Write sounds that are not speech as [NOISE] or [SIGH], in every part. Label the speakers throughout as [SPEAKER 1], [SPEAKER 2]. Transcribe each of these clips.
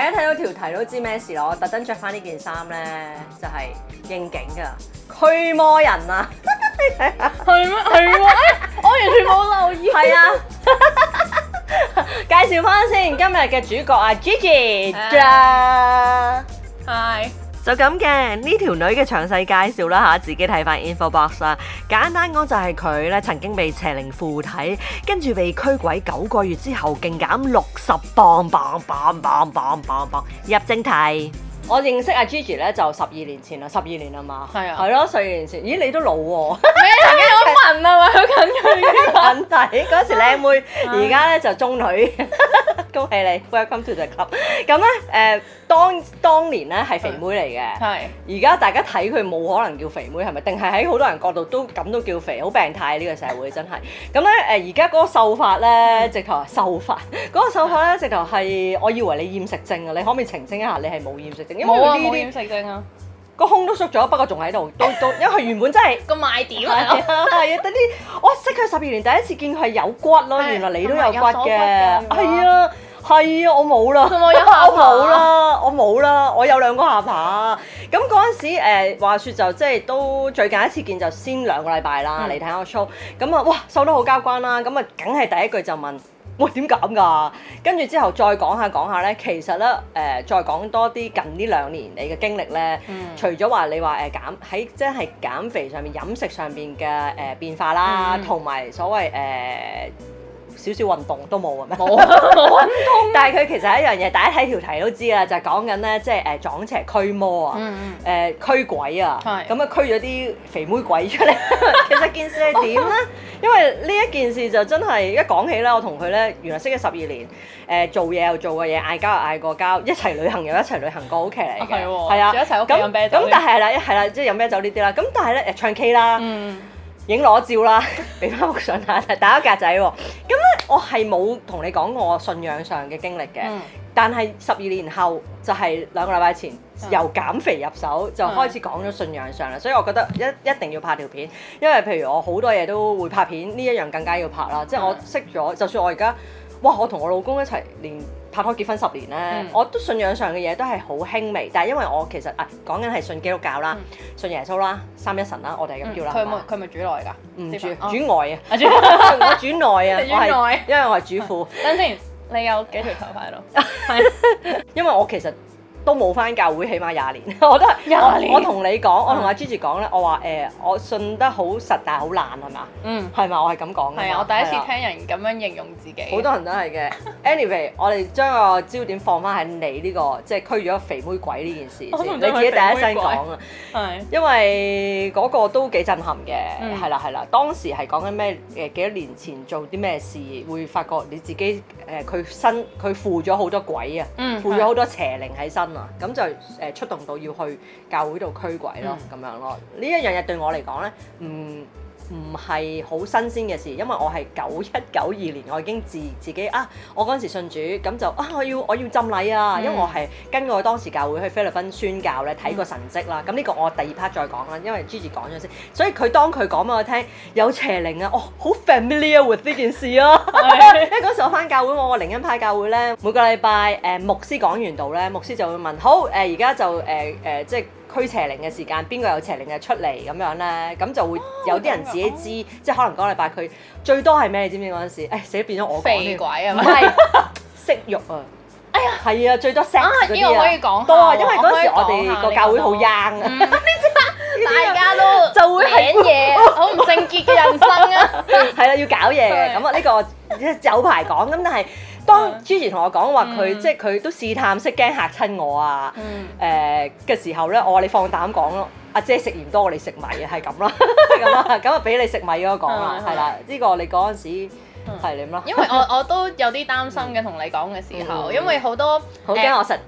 [SPEAKER 1] 題都知咩事啦。我特登着翻呢件衫咧，就係、應景噶，驅魔人啊！
[SPEAKER 2] 係咩？係喎、哎我完全冇留意。
[SPEAKER 1] 係啊， [LAUGHS] 介紹翻先今日嘅主角啊，Gigi
[SPEAKER 2] 係
[SPEAKER 1] 咋。
[SPEAKER 2] 係。
[SPEAKER 1] 就咁嘅呢條女嘅詳細介紹啦吓，自己睇翻 info box 啦。簡單講就係佢咧曾經被邪靈附體，跟住被驅鬼九個月之後，勁減六十磅磅磅磅磅磅磅入正題。我認識阿 Gigi 咧就十二年前啦，十二年啊嘛，
[SPEAKER 2] 係啊
[SPEAKER 1] 係咯，十二年前，咦你都老喎、
[SPEAKER 2] 咩？曾經好文啊，佢緊佢呢
[SPEAKER 1] 眼底嗰時靚妹，而家咧就中女，恭喜你，welcome to the club。咁咧誒，當當年咧係肥妹嚟嘅。
[SPEAKER 2] 個。係。
[SPEAKER 1] 而家大家睇佢冇可能叫肥妹係咪？定係喺好多人角度都咁都叫肥，好病態呢、個社會真係。咁咧誒，而家嗰個瘦法
[SPEAKER 2] 嗯
[SPEAKER 1] 咧，直頭係瘦法，嗰、個瘦法咧直頭係，我以為你厭食症啊！你可唔可以澄清一下你係冇厭食症？因為
[SPEAKER 2] 冇啊，
[SPEAKER 1] 佢
[SPEAKER 2] 冇
[SPEAKER 1] 呢
[SPEAKER 2] 染
[SPEAKER 1] 啲
[SPEAKER 2] 色症啊。
[SPEAKER 1] 個胸都縮咗，不過仲喺度，都都因為佢原本真係。
[SPEAKER 2] 個賣點
[SPEAKER 1] 係啊，係啊，等啲我識佢十二年，第一次見佢係有骨咯，
[SPEAKER 2] 係
[SPEAKER 1] 原來你都
[SPEAKER 2] 同埋
[SPEAKER 1] 有
[SPEAKER 2] 有
[SPEAKER 1] 骨
[SPEAKER 2] 鎖骨
[SPEAKER 1] 嘅，
[SPEAKER 2] 㗎
[SPEAKER 1] 係啊，係啊，我冇啦，
[SPEAKER 2] 同埋有下
[SPEAKER 1] [LAUGHS]
[SPEAKER 2] 巴
[SPEAKER 1] 我冇啦，我冇啦，我有兩個下巴。咁嗰陣時誒話説就即係都最近一次見就先兩個禮拜啦，
[SPEAKER 2] 嗯
[SPEAKER 1] 嚟睇我 show，咁啊哇瘦得好交關啦，咁啊梗係第一句就問。喂，點減㗎？跟住之後再講下講下咧，其實咧誒、再講多啲近呢兩年你嘅經歷咧，
[SPEAKER 2] 嗯
[SPEAKER 1] 除咗話你話誒減喺即係減肥上面、飲食上面嘅誒變化啦，
[SPEAKER 2] 嗯
[SPEAKER 1] 同埋、所謂誒、少少運動都冇啊咩？
[SPEAKER 2] 冇啊，冇啊。
[SPEAKER 1] [LAUGHS] 但係佢其實係一樣嘢，大家睇條題都知啦，就係講緊咧，即係誒撞邪驅魔啊。
[SPEAKER 2] 嗯
[SPEAKER 1] 誒、驅鬼啊，
[SPEAKER 2] 係
[SPEAKER 1] 咁啊驅咗啲肥妹鬼出嚟。 [LAUGHS] 其實件事係點
[SPEAKER 2] [LAUGHS]
[SPEAKER 1] 咧？因為呢一件事就真係一講起啦，我同佢咧原來識咗十二年，誒、呃做嘢又做過嘢，嗌交又嗌過交，一齊旅行又一齊旅行過，好騎嚟
[SPEAKER 2] 啊
[SPEAKER 1] 嘅，
[SPEAKER 2] 係喎
[SPEAKER 1] 係啊，
[SPEAKER 2] 仲一齊喺屋企
[SPEAKER 1] 咁
[SPEAKER 2] 飲啤酒
[SPEAKER 1] 咁但係啦，係啦，即係飲啤酒呢啲啦。咁但係咧誒唱 K 啦。
[SPEAKER 2] 嗯。
[SPEAKER 1] 影裸照啦， [LAUGHS] 俾翻幅相睇 [LAUGHS] 下，打咗格仔喎。咁咧，我係冇同你講我信仰上嘅經歷嘅，
[SPEAKER 2] 嗯
[SPEAKER 1] 但係十二年後就係、兩個禮拜前、
[SPEAKER 2] 嗯
[SPEAKER 1] 由減肥入手就開始講咗信仰上啦，所以我覺得一一定要拍條片，因為譬如我好多嘢都會拍片，呢一樣更加要拍啦。即係我
[SPEAKER 2] 嗯
[SPEAKER 1] 識咗，就算我而家，哇！我同我老公一齊連。拍拖結婚十年咧，
[SPEAKER 2] 嗯
[SPEAKER 1] 我都信仰上嘅嘢都係好輕微，但係因為我其實啊講緊係信基督教啦、
[SPEAKER 2] 嗯
[SPEAKER 1] 信耶穌啦、三一神啦，我哋係咁叫啦。
[SPEAKER 2] 佢
[SPEAKER 1] 係嘛
[SPEAKER 2] 咪佢咪煮耐㗎？
[SPEAKER 1] 唔
[SPEAKER 2] 呢
[SPEAKER 1] 煮
[SPEAKER 2] 份哦
[SPEAKER 1] 煮
[SPEAKER 2] [LAUGHS]
[SPEAKER 1] 外啊，
[SPEAKER 2] 啊煮
[SPEAKER 1] 我煮內啊，
[SPEAKER 2] 你煮
[SPEAKER 1] 我係
[SPEAKER 2] 內
[SPEAKER 1] 因為我係主
[SPEAKER 2] [LAUGHS]
[SPEAKER 1] 婦，
[SPEAKER 2] 等先，你有幾條頭髮喺度？
[SPEAKER 1] 因為我其實都冇翻教會，起碼廿年， [LAUGHS] 我都係
[SPEAKER 2] 廿年
[SPEAKER 1] 我
[SPEAKER 2] 嗯
[SPEAKER 1] 我同你講，我同阿 Gigi 講咧，我話誒，我信得好實，但係好懶係嘛，
[SPEAKER 2] 嗯。
[SPEAKER 1] 係嘛，我係咁講嘅。
[SPEAKER 2] 係啊，我第一次
[SPEAKER 1] 係啊。
[SPEAKER 2] 聽人咁樣形容自己。
[SPEAKER 1] 好多人都係
[SPEAKER 2] [LAUGHS]
[SPEAKER 1] 嘅。Anyway，我哋將個焦點放翻喺你呢、個，即係驅咗肥妹鬼呢件事
[SPEAKER 2] 我都
[SPEAKER 1] 先，
[SPEAKER 2] 唔
[SPEAKER 1] 你
[SPEAKER 2] 知佢
[SPEAKER 1] 自己第一
[SPEAKER 2] 肥
[SPEAKER 1] 聲
[SPEAKER 2] 妹鬼
[SPEAKER 1] 講啊。
[SPEAKER 2] 係
[SPEAKER 1] 因為嗰個都幾震撼嘅，
[SPEAKER 2] 嗯
[SPEAKER 1] 係啦係啦，當時係講緊咩誒幾多年前做啲咩事，會發覺你自己誒佢、身佢附咗好多鬼啊，
[SPEAKER 2] 嗯
[SPEAKER 1] 附咗好多邪靈喺身啊，咁就誒、出動到要去教會度驅鬼
[SPEAKER 2] 嗯
[SPEAKER 1] 咯，咁、樣咯。呢一樣嘢對我嚟講咧，唔唔係好新鮮嘅事，因為我係九一九二年我已經自自己啊，我嗰陣時信主，咁就啊我要我要浸禮啊，
[SPEAKER 2] 嗯
[SPEAKER 1] 因為我係跟我當時教會去菲律賓宣教咧睇過神跡啦。咁呢個我第二 part 再講啦，因為 Gigi 講咗先。所以佢當佢講俾我聽有邪靈啊，哦好 familiar with 呢件事
[SPEAKER 2] [LAUGHS]
[SPEAKER 1] 啊。
[SPEAKER 2] 係
[SPEAKER 1] 因為嗰時我翻教會，我個靈恩派教會咧，每個禮拜誒牧師講完道咧，牧師就會問：好誒，而家就誒誒、即係驅邪靈嘅時間，邊個有邪靈嘅出嚟咁樣咧？咁就會有啲人自己知，即係可能嗰個禮拜佢最多係咩？你知唔知嗰陣時？誒死變咗我講
[SPEAKER 2] 肥
[SPEAKER 1] 添
[SPEAKER 2] 鬼啊
[SPEAKER 1] 唔
[SPEAKER 2] 嘛。 [LAUGHS]
[SPEAKER 1] 係色欲啊！哎呀，係啊，最多 sex
[SPEAKER 2] 啊
[SPEAKER 1] 嗰
[SPEAKER 2] 呢個
[SPEAKER 1] 啲
[SPEAKER 2] 可以
[SPEAKER 1] 啊，
[SPEAKER 2] 講下
[SPEAKER 1] 多啊，
[SPEAKER 2] 喎
[SPEAKER 1] 因為嗰時我
[SPEAKER 2] 可以講下
[SPEAKER 1] 哋個
[SPEAKER 2] 呢
[SPEAKER 1] 教會好
[SPEAKER 2] 個
[SPEAKER 1] young 啊，
[SPEAKER 2] 嗯
[SPEAKER 1] 呢啲
[SPEAKER 2] 大
[SPEAKER 1] 啊
[SPEAKER 2] 家
[SPEAKER 1] [LAUGHS]
[SPEAKER 2] 都
[SPEAKER 1] 就會係
[SPEAKER 2] 舐嘢，好唔正結嘅人
[SPEAKER 1] [LAUGHS]
[SPEAKER 2] 生啊！
[SPEAKER 1] 係啦，要搞嘢嘅，
[SPEAKER 2] 係
[SPEAKER 1] 咁啊呢個有排講，咁但係當
[SPEAKER 2] 嗯
[SPEAKER 1] Gigi 同我講話佢
[SPEAKER 2] 嗯
[SPEAKER 1] 即係佢都試探式驚嚇親我啊，
[SPEAKER 2] 嗯，
[SPEAKER 1] 誒嘅時候咧，我話你放膽講咯。阿姐食鹽多過你食米啊，係咁啦， [LAUGHS] 咁啦，咁啊俾你食米嗰個講啦，
[SPEAKER 2] 嗯
[SPEAKER 1] 係啦，呢個你嗰陣時
[SPEAKER 2] 嗯
[SPEAKER 1] 係點啦？
[SPEAKER 2] 因為我我都有啲擔心嘅，同你講嘅時候，
[SPEAKER 1] 嗯
[SPEAKER 2] 因為好多
[SPEAKER 1] 好驚我實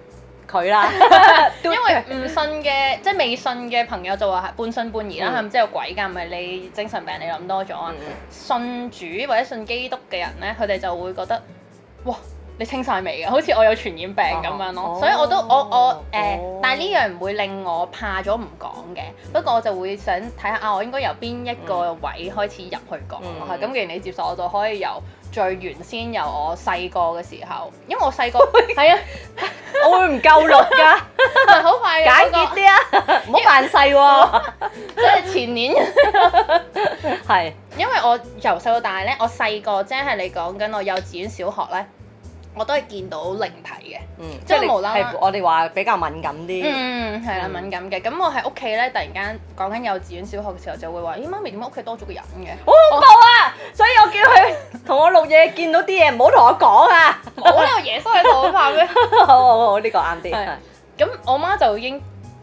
[SPEAKER 1] 佢啦，
[SPEAKER 2] [LAUGHS]
[SPEAKER 1] [LAUGHS]
[SPEAKER 2] 因為唔信嘅，即係未信嘅朋友就話係半信半疑啦，
[SPEAKER 1] 嗯
[SPEAKER 2] 係咪即係有鬼㗎？唔係你精神病，你諗多咗啊！信主或者信基督嘅人咧，佢哋就會覺得哇，你清晒未啊？好似我有傳染病咁樣咯。
[SPEAKER 1] 哦
[SPEAKER 2] 所以我都我我誒，
[SPEAKER 1] 哦
[SPEAKER 2] 但係呢樣唔會令我怕咗唔講嘅。不過我就會想睇下啊，我應該由邊一個位開始入去講
[SPEAKER 1] 嗯
[SPEAKER 2] 咯。係咁、既然你接受，我就
[SPEAKER 1] [LAUGHS]
[SPEAKER 2] 可 [LAUGHS] 以由最原先由我細個嘅時候，因為我細個係啊。
[SPEAKER 1] 我會唔夠綠㗎，
[SPEAKER 2] 係好快嘅
[SPEAKER 1] 簡
[SPEAKER 2] 嗰
[SPEAKER 1] 潔
[SPEAKER 2] 個， [LAUGHS]
[SPEAKER 1] 啲啊，唔好扮細喎。
[SPEAKER 2] 即係前年。
[SPEAKER 1] 係，
[SPEAKER 2] 因為我由細到大咧，我細個即係你講緊我幼稚園、小學咧，我都係見到靈體嘅。
[SPEAKER 1] 嗯，
[SPEAKER 2] 即係
[SPEAKER 1] 你
[SPEAKER 2] 無啦啦
[SPEAKER 1] 係我哋話比較敏感啲。
[SPEAKER 2] 嗯，係啦，敏感嘅。咁我喺屋企咧，突然間講緊幼稚園、小學嘅時候，就會話：咦，媽咪點解屋企多咗個人嘅？
[SPEAKER 1] 好恐怖啊！所以我叫
[SPEAKER 2] [LAUGHS]
[SPEAKER 1] 佢同我錄嘢，見到啲嘢唔好同我講啊。 [LAUGHS]
[SPEAKER 2] 冇呢個耶穌喺度怕咩？
[SPEAKER 1] 好好好，呢個啱啲。
[SPEAKER 2] 係
[SPEAKER 1] 係
[SPEAKER 2] 咁我媽就已經，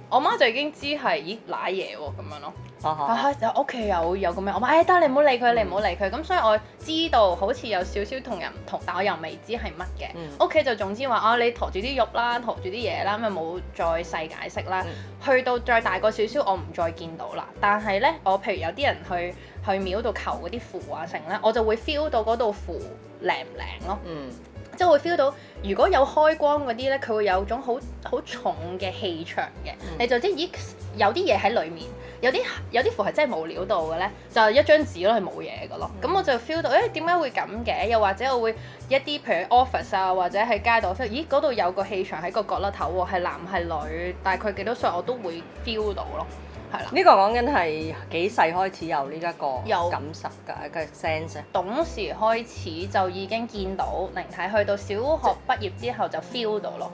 [SPEAKER 2] 我媽就已經知係咦賴嘢喎咁樣咯。
[SPEAKER 1] 好好好
[SPEAKER 2] 啊，就屋企有有咁樣，我話哎誒得你唔好理
[SPEAKER 1] 嗯
[SPEAKER 2] 佢，你唔好理佢。咁所以我知道好似有少少同人唔同，但我又未知係乜
[SPEAKER 1] 嗯
[SPEAKER 2] 嘅。屋企就總之話啊，你陀住啲肉啦，陀住啲嘢啦，咁咪冇再細解釋啦
[SPEAKER 1] 嗯。
[SPEAKER 2] 去到再大個少少，我唔再見到啦。但係咧，我譬如有啲人去去廟度求嗰啲符啊成咧，我就會 feel 到嗰度符靈唔靈咯。
[SPEAKER 1] 嗯
[SPEAKER 2] 即係會 feel 到，如果有開光嗰啲咧，佢會有種好好重嘅氣場嘅，
[SPEAKER 1] 嗯
[SPEAKER 2] 你就知咦有啲嘢喺裡面，有啲有啲符係真係冇料到嘅咧，就係一張紙咯，係冇嘢嘅咯。咁、
[SPEAKER 1] 嗯
[SPEAKER 2] 我就 feel 到，誒點解會咁嘅？又或者我會一啲譬如 office 啊，或者喺街度 feel，咦嗰度有個氣場喺個角落頭喎，係男係女，大概幾多歲我都會 feel 到咯，係啦。
[SPEAKER 1] 呢個講緊係幾細開始有呢一個
[SPEAKER 2] 有
[SPEAKER 1] 感受㗎嘅 sense 啊。
[SPEAKER 2] 懂事開始就已經見到靈體，去到小學畢業之後就 feel 到咯。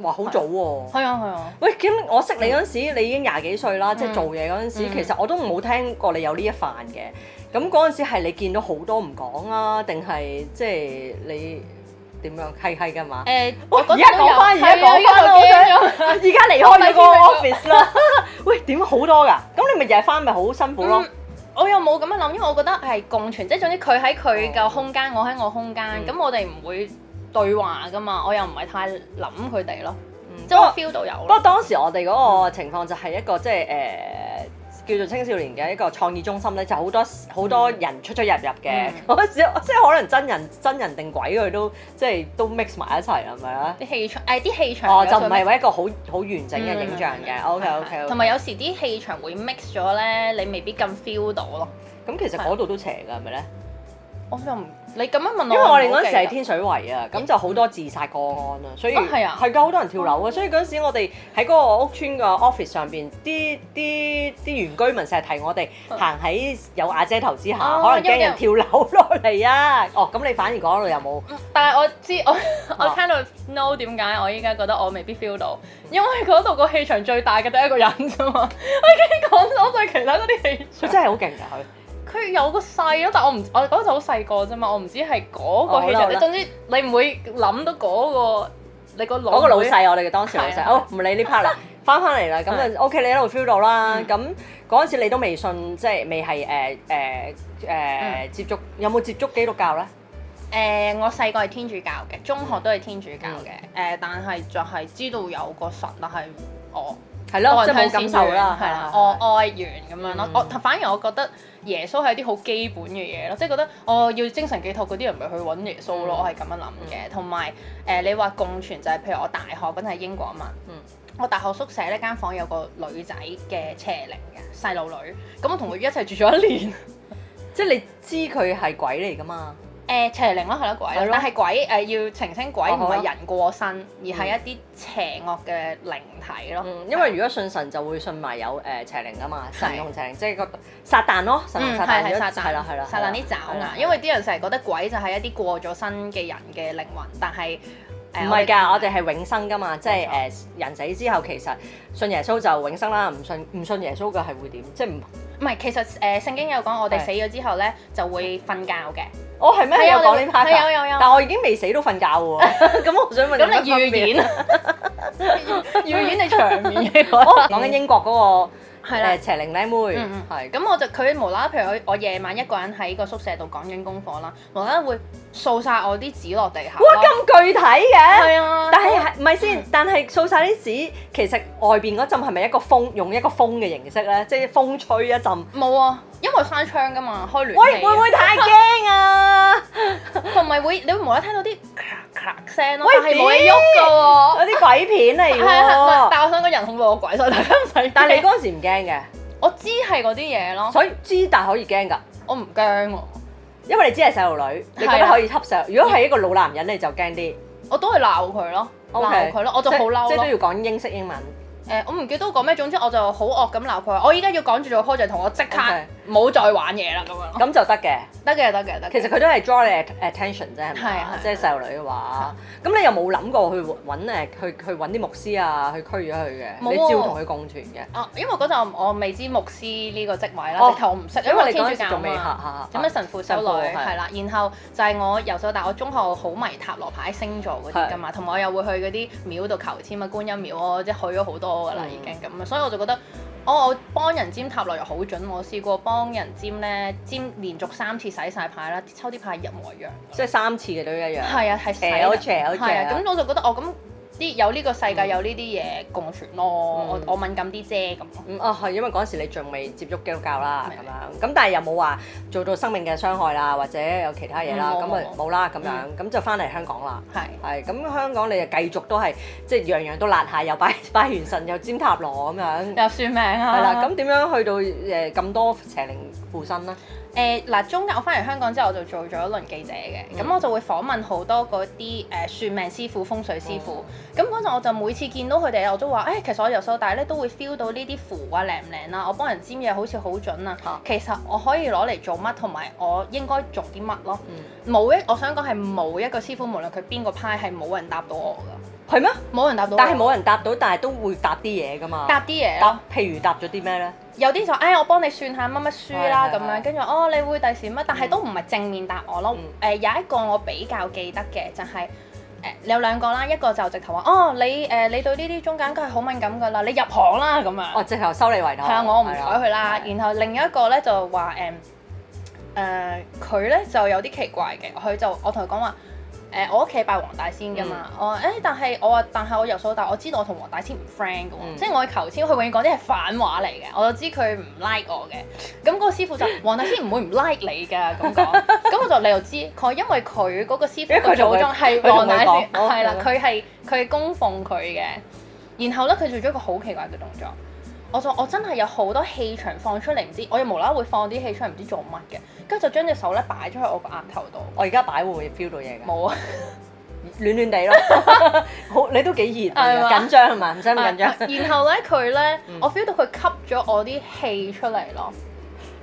[SPEAKER 1] 哇，好早喎！
[SPEAKER 2] 係啊係啊。
[SPEAKER 1] 喂，咁我識你嗰陣時，你已經廿幾歲啦，即係
[SPEAKER 2] 嗯
[SPEAKER 1] 做嘢嗰陣時，
[SPEAKER 2] 嗯
[SPEAKER 1] 其實我都冇聽過你有呢一範嘅。咁嗰陣時係你見到好多唔講啊，定係即係你點樣係係㗎嘛？
[SPEAKER 2] 誒，
[SPEAKER 1] 喂
[SPEAKER 2] 我覺得
[SPEAKER 1] 而家
[SPEAKER 2] 都有
[SPEAKER 1] 講返而家
[SPEAKER 2] 係啊
[SPEAKER 1] 講返
[SPEAKER 2] 一路
[SPEAKER 1] 我
[SPEAKER 2] 驚
[SPEAKER 1] 想
[SPEAKER 2] 咗
[SPEAKER 1] 而家離開咗個 office 啦， [LAUGHS] 喂，點好多㗎？咁你咪日日翻咪好辛苦咯
[SPEAKER 2] 嗯？我又冇咁樣諗，因為我覺得係共存，即係總之佢喺佢嘅空間，我喺我空間，
[SPEAKER 1] 哦嗯
[SPEAKER 2] 咁我哋唔會對話噶嘛，我又唔係太諗佢哋咯，
[SPEAKER 1] 嗯
[SPEAKER 2] 即係我 feel 到有
[SPEAKER 1] 不過
[SPEAKER 2] 咯，
[SPEAKER 1] 當時我哋嗰個情況就係一個即係誒叫做青少年嘅一個創意中心咧，就好多好多人出出入入嘅
[SPEAKER 2] 嗯，
[SPEAKER 1] 嗰時即係可能真人真人定鬼佢都即係都 mix 埋一齊啦，係咪啊？
[SPEAKER 2] 啲氣場誒啲氣場
[SPEAKER 1] 哦，
[SPEAKER 2] 有
[SPEAKER 1] 就唔
[SPEAKER 2] 所謂
[SPEAKER 1] 係話一個好好完整嘅影像
[SPEAKER 2] 嗯
[SPEAKER 1] 嘅，OK OK
[SPEAKER 2] 同埋有時啲氣場會 mix 咗咧，你未必咁 feel 到咯。
[SPEAKER 1] 咁其實嗰度都邪㗎，係咪咧？
[SPEAKER 2] 我又唔你咁樣問我，
[SPEAKER 1] 因為我哋嗰陣時係
[SPEAKER 2] 唔好記得嗯
[SPEAKER 1] 天水圍啊，咁就好多自殺個案啊，所以
[SPEAKER 2] 啊係啊
[SPEAKER 1] 係㗎，好多人跳樓啊，所以嗰陣時我哋喺嗰個屋村嘅 office 上邊，啲啲啲原居民成日提我哋行喺有瓦遮頭之下，
[SPEAKER 2] 嗯哦
[SPEAKER 1] 可能驚
[SPEAKER 2] 因為
[SPEAKER 1] 人跳樓落嚟啊。哦，咁你反而講到有冇？
[SPEAKER 2] 嗯但係我知我
[SPEAKER 1] 哦
[SPEAKER 2] 我聽到 no 點解我依家覺得我未必 feel 到，因為嗰度個氣場最大嘅得一個人啫嘛， [LAUGHS] 我已經講咗對其他嗰啲氣
[SPEAKER 1] 佢
[SPEAKER 2] 場，
[SPEAKER 1] 真係好勁㗎佢。
[SPEAKER 2] 佢有個細咯，但我唔我嗰陣好細個啫嘛，我唔知係嗰個
[SPEAKER 1] 哦好
[SPEAKER 2] 氣場，
[SPEAKER 1] 啦
[SPEAKER 2] 你總之你唔會諗到嗰、個你個腦
[SPEAKER 1] 嗰個老
[SPEAKER 2] 會
[SPEAKER 1] 細，我哋嘅當時老
[SPEAKER 2] 係
[SPEAKER 1] 細，
[SPEAKER 2] 啊
[SPEAKER 1] 好唔理呢 part
[SPEAKER 2] [LAUGHS]
[SPEAKER 1] 啦，翻翻嚟啦，咁就 OK，你一路 feel 到啦。
[SPEAKER 2] 嗯
[SPEAKER 1] 咁嗰陣時你都未信，即係未係誒誒
[SPEAKER 2] 嗯
[SPEAKER 1] 誒接觸，有冇接觸基督教咧？
[SPEAKER 2] 誒、我細個係天主教嘅，中
[SPEAKER 1] 嗯
[SPEAKER 2] 學都係天主教嘅，誒、但係就係知道有個神，但係我
[SPEAKER 1] 係咯，
[SPEAKER 2] 愛
[SPEAKER 1] 即係冇
[SPEAKER 2] 向
[SPEAKER 1] 感
[SPEAKER 2] 善
[SPEAKER 1] 受
[SPEAKER 2] 緣
[SPEAKER 1] 啦，
[SPEAKER 2] 係啦，哦
[SPEAKER 1] 係係
[SPEAKER 2] 我愛緣咁樣咯
[SPEAKER 1] 嗯。
[SPEAKER 2] 我反而我覺得耶穌係啲好基本嘅嘢咯，即係覺得我要精神寄託嗰啲人咪去揾耶穌
[SPEAKER 1] 嗯
[SPEAKER 2] 咯，我係咁樣諗嘅。同埋誒，你話共存就係譬如我大學嗰陣係英國啊嘛
[SPEAKER 1] 嗯，
[SPEAKER 2] 我大學宿舍呢間房有個女仔嘅邪靈嘅細路女，咁我同佢一齊住咗一
[SPEAKER 1] [LAUGHS]
[SPEAKER 2] 年。
[SPEAKER 1] 即係你知佢係鬼嚟噶嘛？
[SPEAKER 2] 誒邪靈咯，係咯鬼
[SPEAKER 1] 係
[SPEAKER 2] 咯
[SPEAKER 1] 咯，
[SPEAKER 2] 但係鬼誒要澄清鬼
[SPEAKER 1] 哦
[SPEAKER 2] 唔
[SPEAKER 1] 好啊嗯
[SPEAKER 2] 係人過身，而係一啲邪惡嘅靈體咯。
[SPEAKER 1] 嗯，因為如果信神就會信埋有誒邪靈噶嘛，神
[SPEAKER 2] 係
[SPEAKER 1] 同邪靈即係個撒旦咯，神同
[SPEAKER 2] 嗯，
[SPEAKER 1] 撒
[SPEAKER 2] 係
[SPEAKER 1] 旦
[SPEAKER 2] 係
[SPEAKER 1] 如果
[SPEAKER 2] 撒旦，
[SPEAKER 1] 係啦係啦，
[SPEAKER 2] 撒旦啲爪
[SPEAKER 1] 係啦
[SPEAKER 2] 牙，因為啲人成日覺得鬼就係一啲過咗身嘅人嘅靈魂，但係誒
[SPEAKER 1] 唔係㗎，我哋係永生㗎嘛，即係
[SPEAKER 2] 冇
[SPEAKER 1] 誒人死之後其實信耶穌就永生啦，唔信唔信耶穌嘅係會點？即係唔
[SPEAKER 2] 唔係其實誒聖經有講我哋
[SPEAKER 1] 係
[SPEAKER 2] 死咗之後咧就會瞓覺嘅，
[SPEAKER 1] 我係咩
[SPEAKER 2] 係
[SPEAKER 1] 有
[SPEAKER 2] 啊
[SPEAKER 1] 講
[SPEAKER 2] 你
[SPEAKER 1] 呢 part？
[SPEAKER 2] 係有
[SPEAKER 1] 㗎
[SPEAKER 2] 有有
[SPEAKER 1] 但我已經未死都瞓覺
[SPEAKER 2] [LAUGHS]
[SPEAKER 1] 喎，咁我想問
[SPEAKER 2] 咁你
[SPEAKER 1] 有乜分
[SPEAKER 2] 預
[SPEAKER 1] 別啊 [LAUGHS]
[SPEAKER 2] 演預演你長眠嘅
[SPEAKER 1] 哦
[SPEAKER 2] 嗰
[SPEAKER 1] 講緊英國嗰個呃
[SPEAKER 2] 係啦
[SPEAKER 1] 誒。邪靈靚妹
[SPEAKER 2] 嗯嗯
[SPEAKER 1] 係
[SPEAKER 2] 咁我就佢無啦啦，譬如我我夜晚一個人喺個宿舍度講緊功課啦，無啦啦會掃晒我啲紙落地下啦。
[SPEAKER 1] 哇咁具體嘅。
[SPEAKER 2] 係啊！
[SPEAKER 1] 但係係唔係先？但係掃晒啲紙，其實外邊嗰陣係咪一個風用一個風嘅形式咧？即係風吹一陣。
[SPEAKER 2] 冇啊，因為閂窗㗎嘛，開暖
[SPEAKER 1] 喂，
[SPEAKER 2] 氣啊
[SPEAKER 1] 會唔會太驚啊？
[SPEAKER 2] 同埋會你會無啦啦聽到啲咔咔聲咯，
[SPEAKER 1] 喂
[SPEAKER 2] 但係冇嘢喐㗎
[SPEAKER 1] 嗰啲鬼片嚟
[SPEAKER 2] 喎。係啊，
[SPEAKER 1] 喎。
[SPEAKER 2] 但係我想講人恐怖過鬼，所以大家唔使驚。
[SPEAKER 1] 但係你嗰陣時唔驚
[SPEAKER 2] 我知係嗰啲嘢
[SPEAKER 1] 嘅，
[SPEAKER 2] 咯，
[SPEAKER 1] 所以知但係可以驚㗎，
[SPEAKER 2] 我唔驚喎，
[SPEAKER 1] 因
[SPEAKER 2] 啊
[SPEAKER 1] 為你知係細路女，你覺得可以恰細路。如果係一個老男人你就驚啲。
[SPEAKER 2] 我都係鬧佢咯。鬧佢咯，我就好嬲
[SPEAKER 1] 即係都
[SPEAKER 2] 咯。哦
[SPEAKER 1] 要講英式英文。
[SPEAKER 2] 誒、我唔記得講咩，總之我就好惡咁鬧佢話，我依家要趕住做 project，同我即刻
[SPEAKER 1] OK
[SPEAKER 2] 唔好再玩嘢啦咁樣
[SPEAKER 1] 咁
[SPEAKER 2] 咯。
[SPEAKER 1] 就得嘅，
[SPEAKER 2] 得嘅，得嘅，得嘅。
[SPEAKER 1] 其實佢都係 draw 你 attention 啫，係
[SPEAKER 2] 係
[SPEAKER 1] 咪啊
[SPEAKER 2] 係
[SPEAKER 1] 即係細路女嘅話，咁你有冇諗過去揾誒去去揾啲牧師啊，去驅咗佢嘅？
[SPEAKER 2] 冇
[SPEAKER 1] 你
[SPEAKER 2] 喎
[SPEAKER 1] 照同佢共存嘅，
[SPEAKER 2] 啊，因為嗰陣我未知牧師呢個職位啦，
[SPEAKER 1] 哦
[SPEAKER 2] 直頭我唔識，因
[SPEAKER 1] 因
[SPEAKER 2] 為
[SPEAKER 1] 為你
[SPEAKER 2] 天
[SPEAKER 1] 嗰
[SPEAKER 2] 主
[SPEAKER 1] 陣時
[SPEAKER 2] 教啊
[SPEAKER 1] 仲未嚇
[SPEAKER 2] 嘛。
[SPEAKER 1] 嚇
[SPEAKER 2] 咁
[SPEAKER 1] 嚇
[SPEAKER 2] 樣神父修
[SPEAKER 1] 神
[SPEAKER 2] 女
[SPEAKER 1] 父係
[SPEAKER 2] 係啦，然後就係我由細到大，我中學好迷塔羅牌星座嗰啲噶嘛，同埋我又會去嗰啲廟度求籤啊，觀音廟我即係去咗好多噶啦
[SPEAKER 1] 嗯
[SPEAKER 2] 已經咁，啊所以我就覺得哦我我幫人占塔羅又好準，我試過幫人占咧占連續三次洗晒牌啦，抽啲牌一模一樣。
[SPEAKER 1] 即係三次嘅都一樣。
[SPEAKER 2] 係啊，係洗
[SPEAKER 1] 邪
[SPEAKER 2] 人
[SPEAKER 1] 好邪好邪
[SPEAKER 2] 係啊，嗯
[SPEAKER 1] 啊
[SPEAKER 2] 咁我就覺得哦，咁啲有呢個世界有呢啲嘢共存咯，我
[SPEAKER 1] 嗯
[SPEAKER 2] 我敏感啲啫咁。
[SPEAKER 1] 嗯啊，係因為嗰陣時你仲未接觸基督教啦，
[SPEAKER 2] 明
[SPEAKER 1] 咁樣咁，但係又冇話做到生命嘅傷害啦，或者有其他嘢啦，
[SPEAKER 2] 嗯冇
[SPEAKER 1] 咁啊
[SPEAKER 2] 冇嗯
[SPEAKER 1] 冇啦，咁樣咁就翻嚟香港啦。
[SPEAKER 2] 係。
[SPEAKER 1] 係咁，香港你就繼續都係即係樣樣都辣下，又拜拜完神，又尖塔羅咁樣。
[SPEAKER 2] 又算命啊！
[SPEAKER 1] 係啦，咁點樣去到誒咁多邪靈附身咧？
[SPEAKER 2] 誒嗱、中間我翻嚟香港之後，我就做咗一輪記者嘅，咁、
[SPEAKER 1] 嗯
[SPEAKER 2] 我就會訪問好多嗰啲誒算命師傅、風水師傅。
[SPEAKER 1] 嗯
[SPEAKER 2] 咁嗰陣我就每次見到佢哋，我都話：，誒、其實我由細到大咧都會 feel 到呢啲符啊靚唔靚啦，我幫人占嘢好似好準啊。
[SPEAKER 1] 嚇
[SPEAKER 2] 其實我可以攞嚟做乜，同埋我應該做啲乜咯。
[SPEAKER 1] 嗯，
[SPEAKER 2] 冇一，我想講係冇一個師傅，無論佢邊個派，係冇人答到我噶，
[SPEAKER 1] 係咩？
[SPEAKER 2] 冇人答到我。
[SPEAKER 1] 但係冇人答到，但係都會答啲嘢噶嘛。
[SPEAKER 2] 答啲嘢咯
[SPEAKER 1] 答，譬如答咗啲咩咧？
[SPEAKER 2] 有啲就哎我幫你算下乜乜輸啦
[SPEAKER 1] 係係
[SPEAKER 2] 咁樣，
[SPEAKER 1] 係
[SPEAKER 2] 跟住話哦你會第時乜，但係都唔係正面答我咯。誒、
[SPEAKER 1] 嗯
[SPEAKER 2] 有一個我比較記得嘅就係、誒有兩個啦，一個就直頭話哦你誒、你對呢啲中間梗係好敏感㗎啦，你入行啦咁樣。
[SPEAKER 1] 哦，直頭收你為徒。
[SPEAKER 2] 係啊，我唔
[SPEAKER 1] 係
[SPEAKER 2] 睬佢啦。
[SPEAKER 1] 係
[SPEAKER 2] 然後另一個咧就話誒誒，佢咧就有啲奇怪嘅，佢就我同佢講話誒，我屋企拜黃大仙噶
[SPEAKER 1] 嗯
[SPEAKER 2] 嘛，我話誒，但係我話但係我由細到大我知道我同黃大仙唔 friend 嘅喎，
[SPEAKER 1] 嗯
[SPEAKER 2] 即係我去求籤，佢永遠講啲係反話嚟嘅，我就知佢唔 like 我嘅。咁嗰個師傅
[SPEAKER 1] [LAUGHS]
[SPEAKER 2] 就黃大仙唔會唔 like 你㗎咁講，咁我就你又知佢因為佢嗰個師
[SPEAKER 1] 因為
[SPEAKER 2] 傅個
[SPEAKER 1] 佢同
[SPEAKER 2] 祖
[SPEAKER 1] 佢
[SPEAKER 2] 宗
[SPEAKER 1] 佢
[SPEAKER 2] 係
[SPEAKER 1] 同佢
[SPEAKER 2] 黃大仙，
[SPEAKER 1] 講
[SPEAKER 2] 係啦，
[SPEAKER 1] 哦
[SPEAKER 2] 佢係佢供奉佢嘅，然後咧佢做咗一個好奇怪嘅動作。我就我真係有好多氣場放出嚟，唔知我又無啦啦會放啲氣出嚟，唔知做乜嘅，跟住就將隻手咧擺咗喺我個額頭度，
[SPEAKER 1] 我而家擺會唔會 feel 到嘢㗎？
[SPEAKER 2] 冇啊，
[SPEAKER 1] 暖暖 [LAUGHS] 地咯，好你都幾熱
[SPEAKER 2] 係
[SPEAKER 1] 啊，
[SPEAKER 2] 嘛
[SPEAKER 1] 緊張係嘛？唔使咁
[SPEAKER 2] Ờ,
[SPEAKER 1] 緊張，
[SPEAKER 2] 啊然後咧佢咧
[SPEAKER 1] [LAUGHS] 嗯，
[SPEAKER 2] 我 feel 到佢吸咗我啲氣出嚟咯，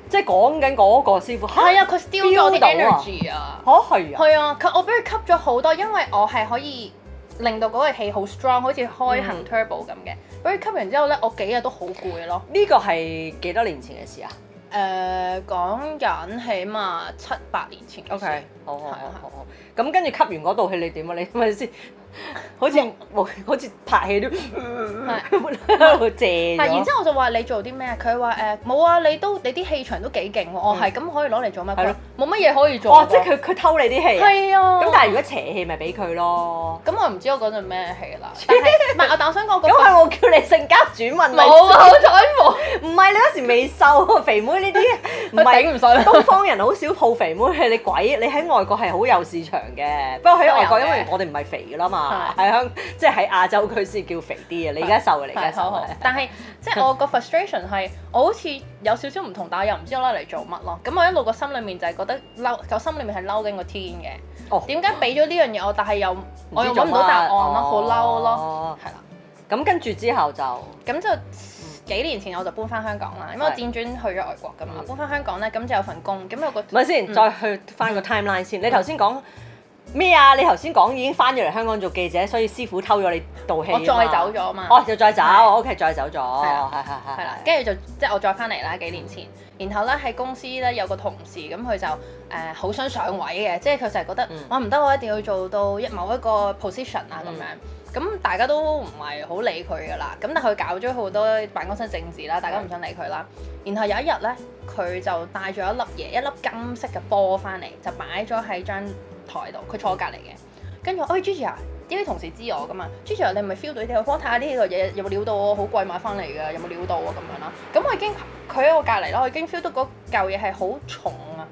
[SPEAKER 1] 即係講緊嗰個師傅。
[SPEAKER 2] 係啊，佢 steal 咗我啲
[SPEAKER 1] feel 到啊
[SPEAKER 2] energy 啊，
[SPEAKER 1] 嚇係啊，
[SPEAKER 2] 係啊，佢我俾佢吸咗好多，因為我係可以令到嗰個氣好 strong，好似開行
[SPEAKER 1] 嗯
[SPEAKER 2] turbo 咁嘅，俾佢吸完之後咧，我幾日都好攰咯，
[SPEAKER 1] 呢個係幾多年前嘅事啊
[SPEAKER 2] 誒呃講緊起碼七八年前嘅事
[SPEAKER 1] ？OK，好好
[SPEAKER 2] 係
[SPEAKER 1] 好
[SPEAKER 2] 啊
[SPEAKER 1] 好好。咁跟住吸完嗰道氣你點啊？你咪先， [LAUGHS] 好似冇好似拍戲都 [LAUGHS] 喺度借
[SPEAKER 2] 係，然
[SPEAKER 1] 咗
[SPEAKER 2] 之。後我就話你做啲咩？佢話誒冇啊，你都你啲氣場都幾勁喎。我係咁可以攞嚟做咩？
[SPEAKER 1] 嗯係
[SPEAKER 2] 佢
[SPEAKER 1] 咯
[SPEAKER 2] 話冇乜嘢可以做喎。
[SPEAKER 1] 哦，即係佢佢偷你啲氣啊。
[SPEAKER 2] 係啊。
[SPEAKER 1] 咁但係如果邪氣咪俾佢咯。
[SPEAKER 2] 咁我唔知我嗰陣咩氣啦。但係唔係我但我想講
[SPEAKER 1] 咁
[SPEAKER 2] 嗰
[SPEAKER 1] 啊係我叫你性格轉運咪哎
[SPEAKER 2] 冇啊，好彩冇，
[SPEAKER 1] 唔係你嗰時未瘦，肥妹呢啲唔
[SPEAKER 2] 佢
[SPEAKER 1] 係。
[SPEAKER 2] 頂唔順。
[SPEAKER 1] 東方人好少抱肥妹，你鬼！你喺外國係好有市場嘅，不過喺
[SPEAKER 2] 啊
[SPEAKER 1] 外國因為我哋唔係肥噶啦嘛，喺香即係喺亞洲區先叫肥啲嘅。你而家瘦啊，你而家
[SPEAKER 2] 係
[SPEAKER 1] 瘦
[SPEAKER 2] 好好
[SPEAKER 1] 啊。，[LAUGHS]
[SPEAKER 2] 但係即係我個 frustration 係我好似有少少唔同，但係又唔知我攞嚟做乜咯。咁我一路個心裡面就係覺得嬲，個心裡面係嬲緊個天嘅。
[SPEAKER 1] 哦
[SPEAKER 2] 點解俾咗呢樣嘢我，但係又
[SPEAKER 1] 唔
[SPEAKER 2] 我
[SPEAKER 1] 知
[SPEAKER 2] 又
[SPEAKER 1] 做
[SPEAKER 2] 揾
[SPEAKER 1] 乜啊
[SPEAKER 2] 唔到答案咯，好嬲咯，
[SPEAKER 1] 哦
[SPEAKER 2] 係啦。
[SPEAKER 1] 咁跟住之後就
[SPEAKER 2] 咁就幾年前我就搬翻香港啦，因為我
[SPEAKER 1] 係
[SPEAKER 2] 輾轉去咗外國噶嘛，
[SPEAKER 1] 嗯
[SPEAKER 2] 搬翻香港咧，咁就有份工，咁有個
[SPEAKER 1] 咪先，
[SPEAKER 2] 嗯
[SPEAKER 1] 再去翻個 timeline 先。你頭先講咩啊？你頭先講已經翻咗嚟香港做記者，所以師傅偷咗你道氣。
[SPEAKER 2] 我再走。咗嘛，
[SPEAKER 1] 哦，就再走
[SPEAKER 2] 係
[SPEAKER 1] ，OK，再走咗，
[SPEAKER 2] 啦
[SPEAKER 1] 係係係。
[SPEAKER 2] 係啦，跟住就即係我再翻嚟啦，幾年前，然後咧喺公司咧有個同事咁佢就誒好、想上位嘅，即係佢就係覺得
[SPEAKER 1] 嗯
[SPEAKER 2] 我唔得，我一定要做到一某一個 position 啊咁
[SPEAKER 1] 嗯
[SPEAKER 2] 樣。咁大家都唔係好理佢噶啦，咁但係佢搞咗好多辦公室政治
[SPEAKER 1] 嗯
[SPEAKER 2] 啦，大家唔想理佢啦。然後有一日咧，佢就帶咗一粒嘢，一粒金色嘅波翻嚟，就擺咗喺張台度，佢坐我隔離嘅。跟住我，喂 Gigi 啊，啲同事知我噶嘛，Gigi 啊，你係咪 feel 到你哋幫我睇下呢個嘢有冇料到我好貴買翻嚟㗎，有冇料到啊咁樣啦。咁我已經佢喺我隔離啦，我已經 feel 到嗰嚿嘢係好重啊，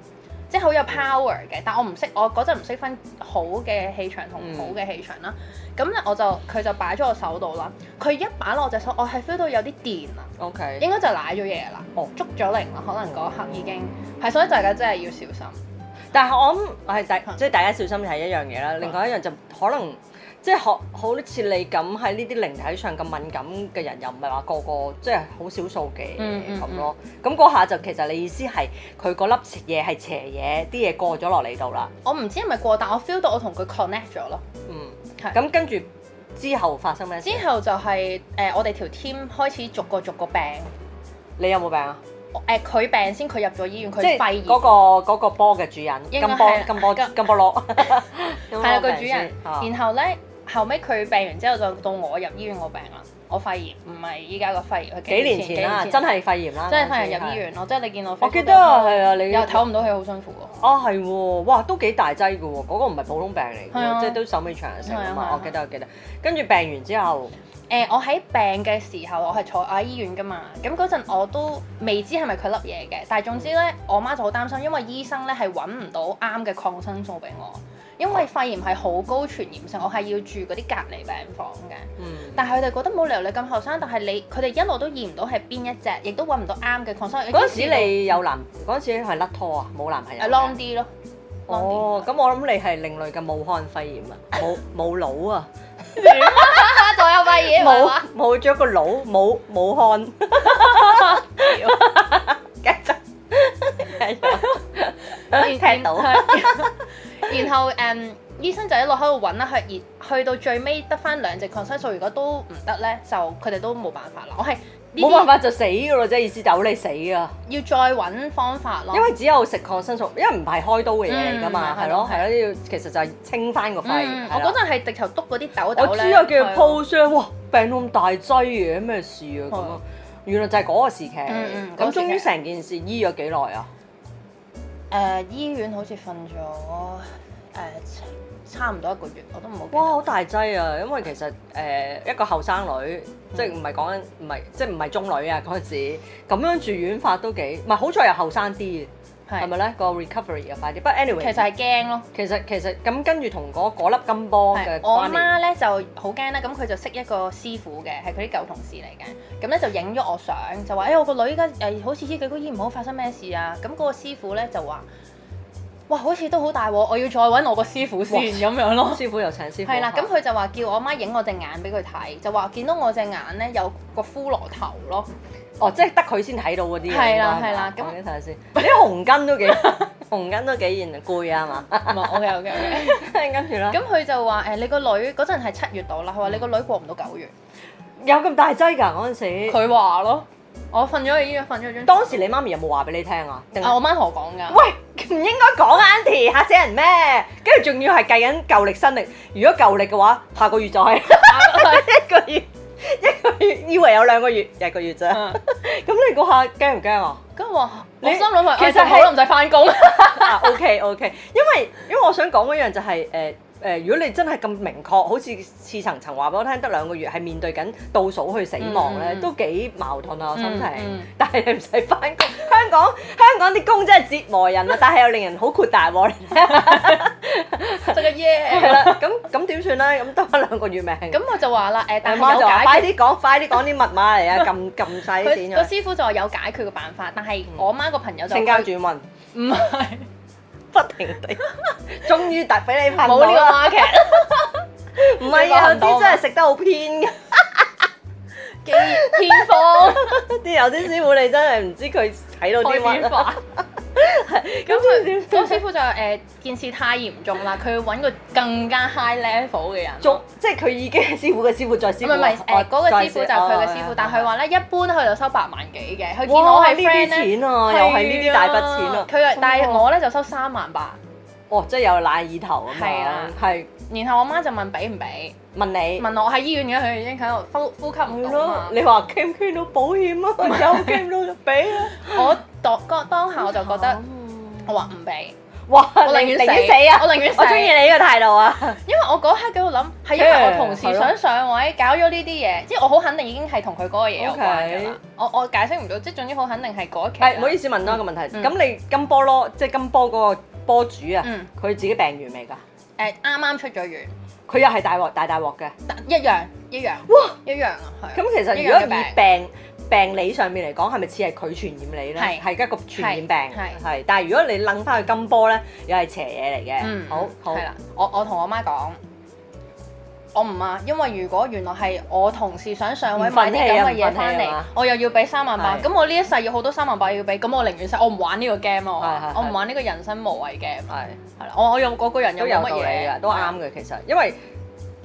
[SPEAKER 2] 即係好有 power 嘅。但我唔識，我嗰陣唔識分好嘅氣場同
[SPEAKER 1] 嗯
[SPEAKER 2] 唔好嘅氣場啦。咁咧我就佢就擺咗我手度啦，佢一擺落我隻手，我係 feel 到有啲電啊，
[SPEAKER 1] OK。
[SPEAKER 2] 應該就舐咗嘢啦
[SPEAKER 1] 哦，
[SPEAKER 2] 捉咗靈啦，可能嗰一刻已經係，所以大家真係要小心。
[SPEAKER 1] 但係我諗係大，
[SPEAKER 2] 嗯
[SPEAKER 1] 即係大家小心係一樣嘢啦。另外一樣就可能即係學好似你咁喺呢啲靈體上咁敏感嘅人，又唔係話個個即係好少數嘅
[SPEAKER 2] 嗯嗯
[SPEAKER 1] 咁咯。咁嗰下就其實你意思係佢嗰粒嘢係邪嘢，啲嘢過咗落嚟度啦。
[SPEAKER 2] 我唔知係咪過，但我 feel 到我同佢 connect 咗咯。
[SPEAKER 1] 嗯，
[SPEAKER 2] 係
[SPEAKER 1] 咁跟住之後發生咩事
[SPEAKER 2] 之？後就係、呃我哋條 team 開始逐個逐個病，
[SPEAKER 1] 你有冇病啊？
[SPEAKER 2] 我誒佢、病先，佢入咗醫院，佢
[SPEAKER 1] 即係
[SPEAKER 2] 肺炎。
[SPEAKER 1] 嗰個嗰個波嘅主人，
[SPEAKER 2] 應
[SPEAKER 1] 金
[SPEAKER 2] 該
[SPEAKER 1] 波
[SPEAKER 2] 係
[SPEAKER 1] 金波
[SPEAKER 2] 金
[SPEAKER 1] 金波羅，係
[SPEAKER 2] [LAUGHS] 係啦，個主
[SPEAKER 1] [LAUGHS]
[SPEAKER 2] 人。
[SPEAKER 1] 哦啊
[SPEAKER 2] 然後咧，後尾佢病完之後就到我入醫院，我病啦，我肺炎，唔係依家個肺炎。佢
[SPEAKER 1] 幾年前啦，真係肺炎啦，
[SPEAKER 2] 真係肺炎入醫。院咯，即係你見我。
[SPEAKER 1] 我記得啊，係啊，你
[SPEAKER 2] 又唞唔到氣，好辛苦喎。
[SPEAKER 1] 啊，係喎，哇，都幾大劑嘅喎，嗰、個唔係普通病嚟嘅
[SPEAKER 2] 係啊
[SPEAKER 1] 喎，即係都手尾長成啊
[SPEAKER 2] 係啊係
[SPEAKER 1] 嘛
[SPEAKER 2] 啊，
[SPEAKER 1] 我記得我記得。跟住病完之後，
[SPEAKER 2] 誒、我喺病嘅時候，我係坐我喺醫院噶嘛，咁嗰陣我都未知係咪佢粒嘢嘅，但係總之咧，我媽就好擔心，因為醫生咧係揾唔到啱嘅抗生素俾我，因為肺炎係好高傳染性，我係要住嗰啲隔離病房嘅。
[SPEAKER 1] 嗯，
[SPEAKER 2] 但係佢哋覺得冇理由你咁後生，但係你佢哋一路都驗唔到係邊一隻，亦都揾唔到啱嘅抗生素。
[SPEAKER 1] 嗰陣時你有男，嗰陣時係甩拖啊，冇男朋友
[SPEAKER 2] 係
[SPEAKER 1] 嘅。
[SPEAKER 2] long 啲咯，long 啲
[SPEAKER 1] 哦，咁我諗你係另類嘅武漢肺炎啊，
[SPEAKER 2] [LAUGHS]
[SPEAKER 1] 冇冇腦啊，
[SPEAKER 2] 啊， [LAUGHS] 仲有肺嘢冇
[SPEAKER 1] 冇冇咗個腦，冇武漢。 [LAUGHS] 繼
[SPEAKER 2] [LAUGHS]
[SPEAKER 1] 續。聽到
[SPEAKER 2] 然 [LAUGHS] 然後誒、嗯，醫生就一路喺度揾啦，去而去到最尾得翻兩隻抗生素，如果都唔得咧，就佢哋都冇辦法啦。我係呢
[SPEAKER 1] 冇辦
[SPEAKER 2] 啲
[SPEAKER 1] 法就死噶咯，即係意思就你死啊！
[SPEAKER 2] 要再揾方法咯。
[SPEAKER 1] 因為只有食抗生素，因為唔係開刀嘅嘢嚟㗎嘛，
[SPEAKER 2] 嗯
[SPEAKER 1] 係
[SPEAKER 2] 係咯
[SPEAKER 1] 咯，係咯，要其實就係清翻個肺。
[SPEAKER 2] 嗯，我
[SPEAKER 1] 係啦啊
[SPEAKER 2] 嗰陣係直頭篤嗰啲豆豆
[SPEAKER 1] 我
[SPEAKER 2] 咧，
[SPEAKER 1] 知啊，叫
[SPEAKER 2] 係
[SPEAKER 1] 佢 post 啊哇，病到咁大劑嘅，咩事啊咁
[SPEAKER 2] 係
[SPEAKER 1] 啊？原來就係嗰個時期，
[SPEAKER 2] 嗯嗯嗰個
[SPEAKER 1] 咁
[SPEAKER 2] 時期
[SPEAKER 1] 終於成件事醫咗幾耐啊？
[SPEAKER 2] 誒、醫院好似瞓咗誒差唔多一個月，我都唔好記得
[SPEAKER 1] 哇，好大劑啊！因為其實誒、呃一個後生女，即係
[SPEAKER 2] 嗯
[SPEAKER 1] 唔係講緊唔係即係唔係中女啊嗰陣時，咁樣住院法都幾唔係好在又後生啲，係咪咧？個 recovery 又快啲。不過
[SPEAKER 2] 其
[SPEAKER 1] anyway，
[SPEAKER 2] 實係驚咯。
[SPEAKER 1] 其實其實咁跟住同嗰嗰粒金波
[SPEAKER 2] 係
[SPEAKER 1] 嘅
[SPEAKER 2] 我
[SPEAKER 1] 關聯，
[SPEAKER 2] 媽咧就好驚啦，咁佢就識一個師傅嘅，係佢啲舊同事嚟嘅，咁咧就影咗我相，就話：，誒、哎我個女依家誒好似呢幾個月唔好發生咩事啊！咁嗰個師傅咧就話：，哇，好似都好大鑊，我要再揾我個師傅先
[SPEAKER 1] 哇
[SPEAKER 2] 咁樣咯。
[SPEAKER 1] 師傅又請師傅。
[SPEAKER 2] 係啦，咁佢就話叫我媽影我隻眼俾佢睇，就話見到我隻眼咧有個骷髏頭咯。
[SPEAKER 1] 哦，即係得佢先睇到嗰啲嘢。
[SPEAKER 2] 係啦
[SPEAKER 1] 應該
[SPEAKER 2] 係啦
[SPEAKER 1] 我
[SPEAKER 2] 咁
[SPEAKER 1] 先睇下先。你啲紅巾
[SPEAKER 2] [LAUGHS]
[SPEAKER 1] 都幾紅巾都幾現攰啊嘛。
[SPEAKER 2] 唔係，OK OK OK。
[SPEAKER 1] 跟住啦，
[SPEAKER 2] 咁佢就話：誒、呃你個女嗰陣係七月到啦，佢話你個女過唔到九月。
[SPEAKER 1] 有咁大劑㗎嗰陣時。
[SPEAKER 2] 佢話咯，我瞓咗喺醫院，瞓咗張床。
[SPEAKER 1] 當時你媽咪有冇話俾你聽啊？定係
[SPEAKER 2] 啊，我媽同我講㗎。
[SPEAKER 1] 喂，唔應該講啊，Auntie 嚇死人咩？跟住仲要係計緊舊歷新歷，如果舊歷嘅話，下個月就係 [LAUGHS] 一個月，一個月以為有兩個月，一個月啫。咁
[SPEAKER 2] 嗯
[SPEAKER 1] 你嗰下驚唔驚啊？
[SPEAKER 2] 跟住話，
[SPEAKER 1] 你
[SPEAKER 2] 我心諗咪
[SPEAKER 1] 其實
[SPEAKER 2] 其實好
[SPEAKER 1] 係
[SPEAKER 2] 啦，唔使翻工。
[SPEAKER 1] 啊，OK OK，因為因為我想講嗰樣就係誒誒，如果你真係咁明確，好似似層層話俾我聽，得兩個月係面對緊倒數去死亡咧，
[SPEAKER 2] 嗯嗯嗯
[SPEAKER 1] 都幾矛盾啊我心情。
[SPEAKER 2] 嗯嗯
[SPEAKER 1] [LAUGHS] 但係你唔使翻工，香港香港啲工真係折磨人啊，但係又令人好豁大喎。
[SPEAKER 2] [LAUGHS] 就個
[SPEAKER 1] 係
[SPEAKER 2] 耶。
[SPEAKER 1] 啦，咁咁點算咧？咁得翻兩個月命。咁
[SPEAKER 2] [LAUGHS] 咁我就話啦，誒，
[SPEAKER 1] 阿
[SPEAKER 2] 但
[SPEAKER 1] 媽
[SPEAKER 2] 係
[SPEAKER 1] 就
[SPEAKER 2] 有
[SPEAKER 1] 話：
[SPEAKER 2] 解
[SPEAKER 1] 快啲講，快啲講啲密碼嚟啊！撳撳晒啲錢
[SPEAKER 2] 決。佢個
[SPEAKER 1] 啊！嗯
[SPEAKER 2] 師傅就話有解決嘅辦法，但係我媽個朋友就
[SPEAKER 1] 性交轉運， [LAUGHS]
[SPEAKER 2] 唔係
[SPEAKER 1] 不停地，終於突俾你噴
[SPEAKER 2] 冇呢個
[SPEAKER 1] 啊 [LAUGHS]
[SPEAKER 2] market
[SPEAKER 1] 個，唔係啊！有啲真係食得好偏嘅，
[SPEAKER 2] 既偏
[SPEAKER 1] [LAUGHS]
[SPEAKER 2] 方，
[SPEAKER 1] 啲有啲師傅你真係唔知佢睇到啲
[SPEAKER 2] 開
[SPEAKER 1] 乜
[SPEAKER 2] 天
[SPEAKER 1] 啊。
[SPEAKER 2] 花。
[SPEAKER 1] 咁佢
[SPEAKER 2] [LAUGHS] 嗰個師傅就話誒件事太嚴重啦，佢要揾個更加 high level 嘅人。
[SPEAKER 1] 做即係佢已經係師傅嘅師傅再師哦
[SPEAKER 2] 唔
[SPEAKER 1] 傅啊。
[SPEAKER 2] 係唔係，誒嗰個師傅就係佢嘅師傅，但係佢話咧，一般佢就收八萬幾嘅，佢見我
[SPEAKER 1] 哇！
[SPEAKER 2] 係
[SPEAKER 1] 呢啲
[SPEAKER 2] friend 咧，
[SPEAKER 1] 錢啊，又係呢啲大筆錢啊！
[SPEAKER 2] 佢話但係我咧就收三萬八，
[SPEAKER 1] 哦，即係有賴意頭咁
[SPEAKER 2] 係啊
[SPEAKER 1] 樣，係
[SPEAKER 2] 然後我媽就問俾唔俾，
[SPEAKER 1] 問你。
[SPEAKER 2] 問我喺醫院嘅，佢已經喺度呼呼吸唔
[SPEAKER 1] 係
[SPEAKER 2] 到
[SPEAKER 1] 咯
[SPEAKER 2] 啊，嘛。
[SPEAKER 1] 你話 claim 唔 claim 到保
[SPEAKER 2] [LAUGHS]
[SPEAKER 1] 險啊？有 claim 到就俾啊！
[SPEAKER 2] 我當當當下我就覺得，我話唔俾，
[SPEAKER 1] 哇！
[SPEAKER 2] 我寧願
[SPEAKER 1] 你
[SPEAKER 2] 死
[SPEAKER 1] 寧願死啊！
[SPEAKER 2] 我寧願死
[SPEAKER 1] 我中意你呢個態度啊！
[SPEAKER 2] 因為我嗰刻喺度諗，係因為我同事想上位，搞咗呢啲嘢，即係我好肯定已經係同佢嗰個嘢有關㗎啦
[SPEAKER 1] OK。
[SPEAKER 2] 我我解釋唔到，即係總之好肯定係嗰一期啦。
[SPEAKER 1] 係，唔好意思問多一個問題。
[SPEAKER 2] 嗯
[SPEAKER 1] 咁你金波咯，即係金波嗰個波主啊
[SPEAKER 2] 嗯，
[SPEAKER 1] 佢自己病完未㗎？
[SPEAKER 2] 誒啱啱出咗院，
[SPEAKER 1] 佢又係大鑊大大鑊嘅。
[SPEAKER 2] 但一樣一樣
[SPEAKER 1] 哇！
[SPEAKER 2] 一樣啊，係
[SPEAKER 1] 咁其實
[SPEAKER 2] 一
[SPEAKER 1] 如果
[SPEAKER 2] 樣嘅
[SPEAKER 1] 以病病理上面嚟講，係咪似係佢傳染你咧？
[SPEAKER 2] 係
[SPEAKER 1] 係一個傳染病
[SPEAKER 2] 係係
[SPEAKER 1] 係。但係如果你掕翻去嗯
[SPEAKER 2] 嗯
[SPEAKER 1] 金波咧，又係邪嘢嚟嘅。好好
[SPEAKER 2] 係啦，我我同我媽講，我唔啊，因為如果原來係我同事想上位
[SPEAKER 1] 唔忿
[SPEAKER 2] 買
[SPEAKER 1] 氣
[SPEAKER 2] 啲
[SPEAKER 1] 啊
[SPEAKER 2] 咁嘅
[SPEAKER 1] 唔忿
[SPEAKER 2] 嘢
[SPEAKER 1] 氣
[SPEAKER 2] 翻
[SPEAKER 1] 啊
[SPEAKER 2] 嚟
[SPEAKER 1] 嘛，
[SPEAKER 2] 我又要俾三萬八，
[SPEAKER 1] 係
[SPEAKER 2] 咁我呢一世要好多三萬八要俾，咁我寧願使我唔玩呢個 game 啊我
[SPEAKER 1] 係係
[SPEAKER 2] 話
[SPEAKER 1] 係，
[SPEAKER 2] 我唔玩呢個人生無謂 game，
[SPEAKER 1] 係。
[SPEAKER 2] 係啦，我我又我個人又
[SPEAKER 1] 都有
[SPEAKER 2] 冇乜
[SPEAKER 1] 道理
[SPEAKER 2] 嘢，啊
[SPEAKER 1] 嘅，都啱嘅其實，因為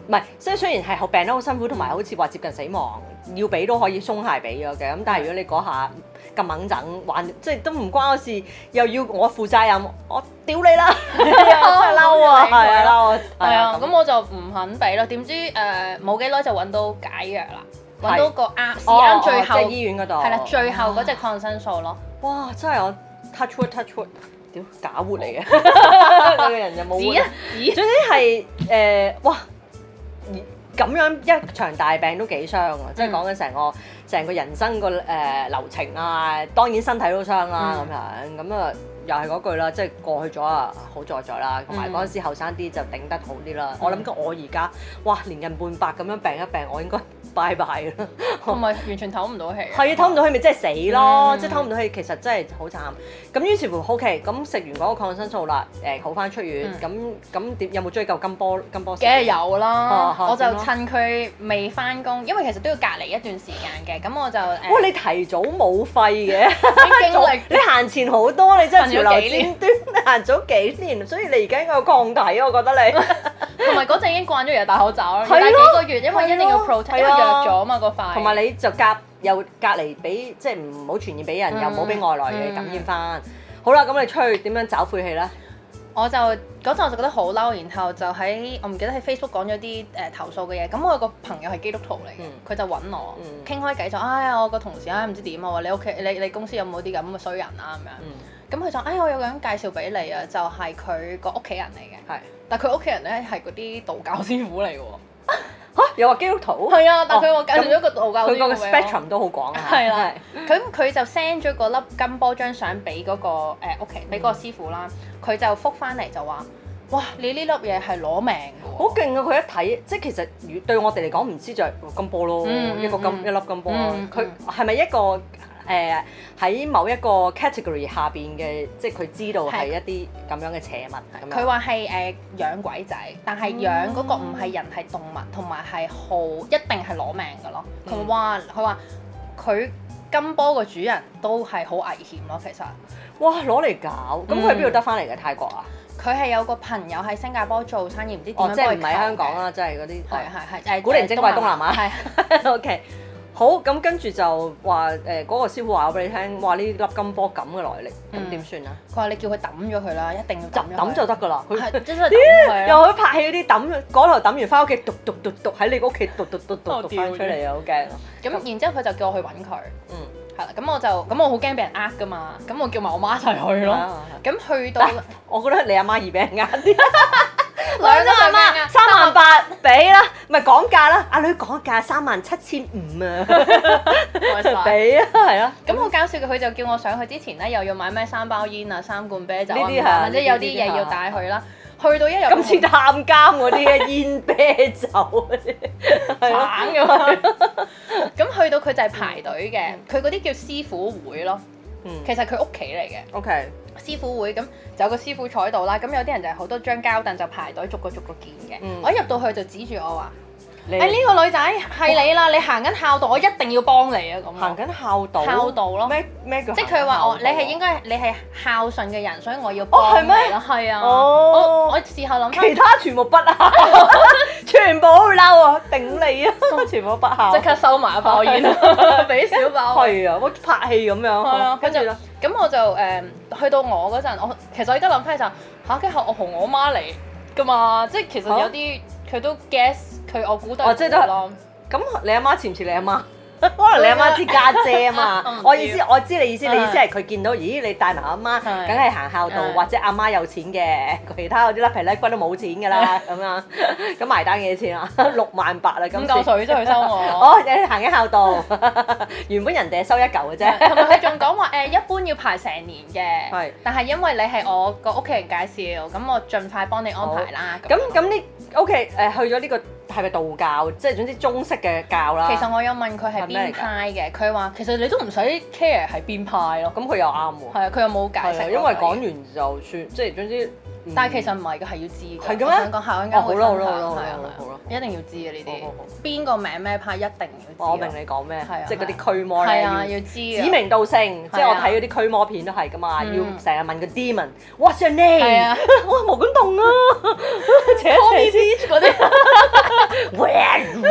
[SPEAKER 1] 唔係即係雖然係好病得好辛苦，同埋好似話接近死亡，要俾都可以鬆懈俾咗嘅。咁但係如果你嗰下咁掹整還，即係都唔關我事，又要我負責任，我屌你
[SPEAKER 2] [LAUGHS]
[SPEAKER 1] 啦！真
[SPEAKER 2] 哦
[SPEAKER 1] 係嬲啊，係啊嬲啊，
[SPEAKER 2] 係啊，咁我就唔肯俾咯。點知誒冇幾耐就揾到解藥啦，揾到個啱啱最後
[SPEAKER 1] 哦即係醫哦院嗰度
[SPEAKER 2] 係啦，最後嗰只抗生素咯，
[SPEAKER 1] 哇！真係我 touch wood touch wood，屌假活嚟嘅， [LAUGHS] 你個人有冇
[SPEAKER 2] 紙
[SPEAKER 1] 活
[SPEAKER 2] 啊紙
[SPEAKER 1] 總之係誒、呃哇！咁樣一場大病都幾傷啊！即係
[SPEAKER 2] 嗯
[SPEAKER 1] 講緊成個成個人生個誒、呃流程啊，當然身體都傷啦
[SPEAKER 2] 嗯
[SPEAKER 1] 咁、樣，咁啊又係嗰句啦，即係過去咗啊，好在咗啦，同埋
[SPEAKER 2] 嗯
[SPEAKER 1] 嗰陣時後生啲就頂得好啲啦。我諗緊我而家哇年近半百咁樣病一病，我應該 [LAUGHS] 拜拜啦。
[SPEAKER 2] 同埋完全唞唔到氣。
[SPEAKER 1] 係啊，唞唔到氣咪即係死咯，
[SPEAKER 2] 嗯
[SPEAKER 1] 即係唞唔到氣，其實真係好慘。咁於是乎，OK，咁食完嗰個抗生素啦，誒、好翻出院，咁咁點有冇追究金波金波？
[SPEAKER 2] 嗯梗係有啦
[SPEAKER 1] 啊，啊
[SPEAKER 2] 我就
[SPEAKER 1] 點啊
[SPEAKER 2] 趁佢未翻工，因為其實都要隔離一段時間嘅，咁我就
[SPEAKER 1] 哇！
[SPEAKER 2] 誒
[SPEAKER 1] 你提早冇肺
[SPEAKER 2] [LAUGHS]
[SPEAKER 1] 嘅，
[SPEAKER 2] 經歷
[SPEAKER 1] [LAUGHS] 你行前好多，你真係
[SPEAKER 2] 行咗
[SPEAKER 1] 潮流
[SPEAKER 2] 幾
[SPEAKER 1] 尖
[SPEAKER 2] 年
[SPEAKER 1] 端， [LAUGHS] 你行早幾年，所以你而家應該有抗體，我覺得你
[SPEAKER 2] 同埋嗰陣已經慣咗日日戴口罩啦，
[SPEAKER 1] 係
[SPEAKER 2] 要
[SPEAKER 1] 咯
[SPEAKER 2] 戴幾個月，因為一定要
[SPEAKER 1] 係咯
[SPEAKER 2] protect，因
[SPEAKER 1] 係
[SPEAKER 2] 為
[SPEAKER 1] 啊
[SPEAKER 2] 弱咗嘛個塊。
[SPEAKER 1] 同埋你就隔又隔離俾，即係唔好傳染俾人，
[SPEAKER 2] 嗯
[SPEAKER 1] 又唔好俾外來嘅
[SPEAKER 2] 嗯
[SPEAKER 1] 感染翻。好啦，咁你出去點樣找晦氣咧？
[SPEAKER 2] 我就嗰陣我就覺得好嬲，然後就喺我唔記得喺 Facebook 講咗啲誒投訴嘅嘢。咁我有個朋友係基督徒嚟嘅
[SPEAKER 1] 嗯，
[SPEAKER 2] 佢、就揾我
[SPEAKER 1] 嗯
[SPEAKER 2] 傾、開偈就，哎呀我個同事啊唔知點啊，話你屋企你你公司有冇啲咁嘅衰人啊咁樣。
[SPEAKER 1] 嗯，
[SPEAKER 2] 咁佢就哎我有個人介紹俾你啊，就係佢個屋企人嚟嘅，
[SPEAKER 1] 係哦
[SPEAKER 2] 但佢屋企人咧係嗰啲道教師傅嚟嘅喎。
[SPEAKER 1] 嚇，又話基督徒，
[SPEAKER 2] 係啊，但佢我介
[SPEAKER 1] 咁
[SPEAKER 2] 紹咗個道教師傅
[SPEAKER 1] 哦佢
[SPEAKER 2] 俾
[SPEAKER 1] 嗰個
[SPEAKER 2] 我。
[SPEAKER 1] spectrum 都好廣啊。
[SPEAKER 2] 係啦咁佢就 send 咗個粒金波張相俾嗰個呃屋
[SPEAKER 1] 嗯
[SPEAKER 2] 企俾嗰個師傅啦，佢就覆翻嚟就話：哇，你呢粒嘢係攞命嘅
[SPEAKER 1] 好
[SPEAKER 2] 喎！
[SPEAKER 1] 勁啊！佢一睇，即係其實如對我哋嚟講唔知就係金波咯，
[SPEAKER 2] 嗯
[SPEAKER 1] 一個金、
[SPEAKER 2] 嗯
[SPEAKER 1] 一粒金波咯
[SPEAKER 2] 嗯。
[SPEAKER 1] 佢係咪一個誒喺、某一個 category 下邊嘅，即係佢知道係
[SPEAKER 2] 係
[SPEAKER 1] 一啲咁樣嘅邪物咁
[SPEAKER 2] 佢
[SPEAKER 1] 樣。
[SPEAKER 2] 話係誒養鬼仔，但係
[SPEAKER 1] 嗯
[SPEAKER 2] 養嗰個唔係人係動物，同埋係好一定係攞命嘅咯。
[SPEAKER 1] 嗯
[SPEAKER 2] 佢話佢話佢金波個主人都係好危險咯，其實。
[SPEAKER 1] 哇！攞嚟搞，咁
[SPEAKER 2] 嗯
[SPEAKER 1] 佢喺邊度得翻嚟嘅？泰國啊？
[SPEAKER 2] 佢係有個朋友喺新加坡做生意，唔知點
[SPEAKER 1] 哦，
[SPEAKER 2] 樣
[SPEAKER 1] 即係
[SPEAKER 2] 幫
[SPEAKER 1] 唔
[SPEAKER 2] 佢
[SPEAKER 1] 係香港
[SPEAKER 2] 求嘅。
[SPEAKER 1] 啦，即係嗰啲。
[SPEAKER 2] 係係係誒，
[SPEAKER 1] 古靈精怪東南亞 [LAUGHS]
[SPEAKER 2] 係
[SPEAKER 1] OK，好咁跟住就話誒嗰個師傅話俾你聽，話呢粒金波咁嘅來歷，咁
[SPEAKER 2] 嗯
[SPEAKER 1] 點算啊？
[SPEAKER 2] 佢話你叫佢抌咗佢啦，一定要
[SPEAKER 1] 就
[SPEAKER 2] 抌咗佢
[SPEAKER 1] 抌就得㗎啦，佢。
[SPEAKER 2] 係真係抌佢啦。啊
[SPEAKER 1] 又去拍戲嗰啲抌，嗰頭抌完翻屋企，篤篤篤篤喺你屋企篤篤篤篤篤翻出嚟啊！好驚。
[SPEAKER 2] 咁然之後佢就叫我去揾佢，
[SPEAKER 1] 嗯，
[SPEAKER 2] 係啦。咁我就咁我好驚俾人呃噶嘛，咁我叫埋我媽一齊去
[SPEAKER 1] 係
[SPEAKER 2] 咯。
[SPEAKER 1] 啊
[SPEAKER 2] 咁去到
[SPEAKER 1] 我覺得你阿媽易俾人呃 [LAUGHS] 啲，
[SPEAKER 2] [LAUGHS] 兩個啊
[SPEAKER 1] 阿
[SPEAKER 2] 阿
[SPEAKER 1] 媽
[SPEAKER 2] 媽
[SPEAKER 1] 三萬八俾啦，唔係講價啦，阿女講價三萬七千 [LAUGHS] 五啊，[LAUGHS]
[SPEAKER 2] 開曬。
[SPEAKER 1] 俾啊，係啊，
[SPEAKER 2] 咁好搞笑嘅，佢就叫我上去之前咧，又要買咩三包煙啊、三罐啤酒
[SPEAKER 1] 呢
[SPEAKER 2] 啊，
[SPEAKER 1] 啲係啊
[SPEAKER 2] 或者有啲嘢要帶去啦。去到一入
[SPEAKER 1] 咁似探監嗰啲嘅煙啤酒嗰 [LAUGHS] 啲，係咯，
[SPEAKER 2] 慘㗎嘛。
[SPEAKER 1] [LAUGHS]
[SPEAKER 2] 咁去到佢就係排隊嘅，佢嗰啲叫師傅會咯，
[SPEAKER 1] 嗯
[SPEAKER 2] 其實佢屋企嚟嘅。
[SPEAKER 1] ，OK，
[SPEAKER 2] 師傅會咁就有個師傅坐喺度啦，咁有啲人就係好多張膠凳就排隊逐個逐個見嘅。
[SPEAKER 1] 嗯
[SPEAKER 2] 我一入到去就指住我話：，
[SPEAKER 1] 你
[SPEAKER 2] 哎誒呢、個女仔係你啦，你行緊孝道，我一定要幫你啊！咁
[SPEAKER 1] 哦行
[SPEAKER 2] 樣
[SPEAKER 1] 緊孝道，
[SPEAKER 2] 孝道咯，
[SPEAKER 1] 咩咩叫？
[SPEAKER 2] 即係佢話哦我你係應
[SPEAKER 1] 該
[SPEAKER 2] 該你係孝順嘅人，所以我要
[SPEAKER 1] 啊哦係
[SPEAKER 2] 幫你
[SPEAKER 1] 咩
[SPEAKER 2] 咯，係啊，
[SPEAKER 1] 哦
[SPEAKER 2] 我我事後諗
[SPEAKER 1] 其
[SPEAKER 2] 翻，
[SPEAKER 1] 他全部不孝， [LAUGHS] 全部好嬲啊！頂你 [LAUGHS] 啊！全部不孝
[SPEAKER 2] 即。刻收埋一包煙，啊
[SPEAKER 1] [LAUGHS]
[SPEAKER 2] 俾小包我。
[SPEAKER 1] 係啊，我拍戲咁樣。
[SPEAKER 2] 係啊
[SPEAKER 1] 哦跟住咧，
[SPEAKER 2] 咁我就誒、去到我嗰陣，我其實我而家諗翻就嚇，跟、住我同我媽嚟噶嘛，即係其實
[SPEAKER 1] 嚇
[SPEAKER 2] 有啲佢都 guess 佢我估得
[SPEAKER 1] 哦即係都
[SPEAKER 2] 到咯。
[SPEAKER 1] 咁你阿媽似唔似你阿 [LAUGHS] 媽？可能你阿媽知家姐啊
[SPEAKER 2] 我唔
[SPEAKER 1] 嘛，
[SPEAKER 2] 知
[SPEAKER 1] [LAUGHS] 我意思我知你意思，
[SPEAKER 2] 嗯
[SPEAKER 1] 你意思係佢見到，咦你帶埋阿媽，
[SPEAKER 2] 係
[SPEAKER 1] 梗係行孝道
[SPEAKER 2] 嗯
[SPEAKER 1] 或者阿媽有錢嘅，其他嗰啲甩皮甩骨都冇錢㗎啦，咁樣 [LAUGHS] 咁埋單幾多錢啊？六萬八啦咁
[SPEAKER 2] 咁嚿
[SPEAKER 1] 先。
[SPEAKER 2] 水啫，佢收我。
[SPEAKER 1] [LAUGHS] 哦，你行緊孝道， [LAUGHS] 原本人哋係收一嚿嘅啫，
[SPEAKER 2] [LAUGHS] 同埋佢仲講話誒，一般要排成年
[SPEAKER 1] 係
[SPEAKER 2] 嘅，但係因為你係我個屋企人介紹，咁我盡快幫你安排啦。
[SPEAKER 1] 咁咁呢？OK 誒去咗呢個係咪道教？即係總之中式嘅教啦。
[SPEAKER 2] 其實我有問佢
[SPEAKER 1] 係
[SPEAKER 2] 係
[SPEAKER 1] 咩嚟㗎
[SPEAKER 2] 邊派嘅，佢話其實你都唔使 care 係邊派咯。
[SPEAKER 1] 咁佢又啱喎。
[SPEAKER 2] 係啊，佢又冇
[SPEAKER 1] 哦係
[SPEAKER 2] 解
[SPEAKER 1] 啊，
[SPEAKER 2] 釋。
[SPEAKER 1] 因為講完就算，即係總之
[SPEAKER 2] 但係其實唔係嘅，係要知
[SPEAKER 1] 嗯
[SPEAKER 2] 㗎。
[SPEAKER 1] 係嘅咩
[SPEAKER 2] 我想講下我一間
[SPEAKER 1] 哦好
[SPEAKER 2] 會
[SPEAKER 1] 啦好
[SPEAKER 2] 分
[SPEAKER 1] 啦
[SPEAKER 2] 享，
[SPEAKER 1] 好啦好啦
[SPEAKER 2] 係啊
[SPEAKER 1] 好啦好啦
[SPEAKER 2] 係啊一定要知嘅呢
[SPEAKER 1] 好好好
[SPEAKER 2] 啲。邊個名咩派一定要知啊。
[SPEAKER 1] 我明你講咩
[SPEAKER 2] 係啊，
[SPEAKER 1] 即係嗰啲驅魔
[SPEAKER 2] 係
[SPEAKER 1] 咧。
[SPEAKER 2] 啊，
[SPEAKER 1] 要
[SPEAKER 2] 要知啊。
[SPEAKER 1] 指名道姓，即係我
[SPEAKER 2] 係啊
[SPEAKER 1] 睇嗰啲驅魔片都係噶嘛，要
[SPEAKER 2] 嗯
[SPEAKER 1] 成日問個 demon，what's your
[SPEAKER 2] 係
[SPEAKER 1] name？
[SPEAKER 2] 啊
[SPEAKER 1] [LAUGHS] 哇，毛管
[SPEAKER 2] [LAUGHS]
[SPEAKER 1] 動啊，扯一 [LAUGHS] 扯
[SPEAKER 2] Beach 嗰啲
[SPEAKER 1] 先，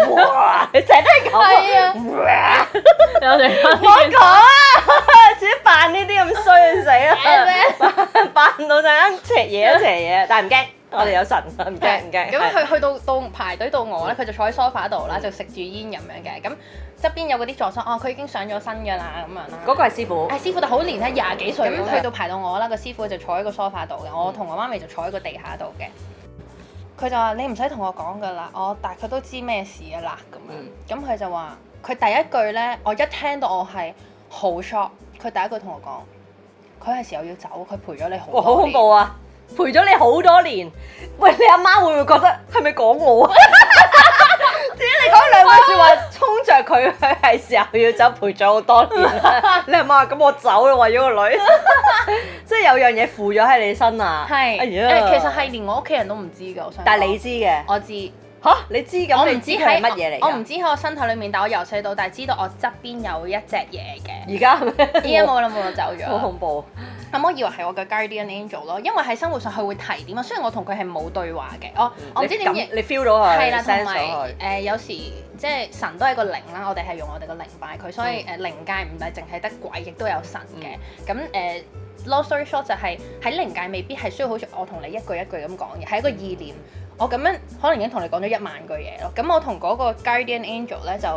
[SPEAKER 1] 哇，成日都係
[SPEAKER 2] 係啊
[SPEAKER 1] 咁啊。
[SPEAKER 2] 我哋
[SPEAKER 1] [LAUGHS] 我講啊，自己扮呢啲咁衰死 [LAUGHS]
[SPEAKER 2] [LAUGHS]
[SPEAKER 1] 啊！扮到陣間邪嘢一邪嘢，但係
[SPEAKER 2] [LAUGHS]
[SPEAKER 1] 唔驚，我哋有神，唔驚唔驚。
[SPEAKER 2] 咁佢去到到排隊到我咧，佢就坐喺 sofa 度啦，就食住煙咁樣嘅。咁側邊有嗰啲助手，哦，佢已經上咗身㗎啦，咁樣啦。
[SPEAKER 1] 嗰個係師傅
[SPEAKER 2] 誒，師傅就好年輕，廿幾歲
[SPEAKER 1] 咁
[SPEAKER 2] 咁
[SPEAKER 1] 樣
[SPEAKER 2] 去到排到我啦，個師傅就坐喺個 sofa 度嘅，
[SPEAKER 1] 嗯
[SPEAKER 2] 我同我媽咪就坐喺個地下度嘅。佢就話：你唔使同我講㗎啦，我大概都知咩事㗎啦咁
[SPEAKER 1] 嗯
[SPEAKER 2] 樣。咁佢、就話：佢第一句咧，我一聽到我係好 shock。佢第一句同我講：佢係時候要走，佢陪咗你好
[SPEAKER 1] 哇，
[SPEAKER 2] 多
[SPEAKER 1] 好恐
[SPEAKER 2] 年
[SPEAKER 1] 怖啊！陪咗你好多年，喂，你阿媽會唔會覺得係咪講我
[SPEAKER 2] [LAUGHS]
[SPEAKER 1] 啊？點解你講兩句説話 [LAUGHS] 衝着佢，佢係時候要走，陪咗好多年
[SPEAKER 2] [LAUGHS]
[SPEAKER 1] 啦。你阿媽話咁我走啦，為咗個女，即係有樣嘢附咗喺你身啊。
[SPEAKER 2] 係，
[SPEAKER 1] 哎
[SPEAKER 2] 誒、
[SPEAKER 1] 呀
[SPEAKER 2] 其實係連我屋企人都唔知㗎，我想講。
[SPEAKER 1] 但係你知嘅
[SPEAKER 2] 我知，
[SPEAKER 1] 嚇，你知咁，
[SPEAKER 2] 我
[SPEAKER 1] 你
[SPEAKER 2] 唔
[SPEAKER 1] 知
[SPEAKER 2] 知
[SPEAKER 1] 佢係
[SPEAKER 2] 喺
[SPEAKER 1] 乜嘢嚟㗎？
[SPEAKER 2] 我唔知喺我身體裏面，但我由細到大知道我側邊有一隻嘢
[SPEAKER 1] [LAUGHS]
[SPEAKER 2] 嘅。
[SPEAKER 1] 而家係咪？
[SPEAKER 2] 依家冇啦，冇啦，走
[SPEAKER 1] [LAUGHS] 好
[SPEAKER 2] 咗。
[SPEAKER 1] 恐怖。
[SPEAKER 2] 咁我以為係我嘅 guardian angel 咯，因為喺生活上佢會提點啊。雖然我同佢係冇對話嘅，我我唔知點
[SPEAKER 1] 嗯你
[SPEAKER 2] 形
[SPEAKER 1] 感你 feel 到佢，
[SPEAKER 2] 係啦，同
[SPEAKER 1] sense 到佢
[SPEAKER 2] 埋誒有時即係神都係個靈啦，我哋係用我哋個靈拜佢，所以
[SPEAKER 1] 嗯
[SPEAKER 2] 誒靈界唔係淨係得鬼，亦都有神嘅。咁誒 long story short 就係喺靈界未必係需要好似我同你一句一句咁講嘅，係一個意念。我咁樣可能已經同你講咗一萬句嘢咯。咁我同嗰個 guardian angel 咧就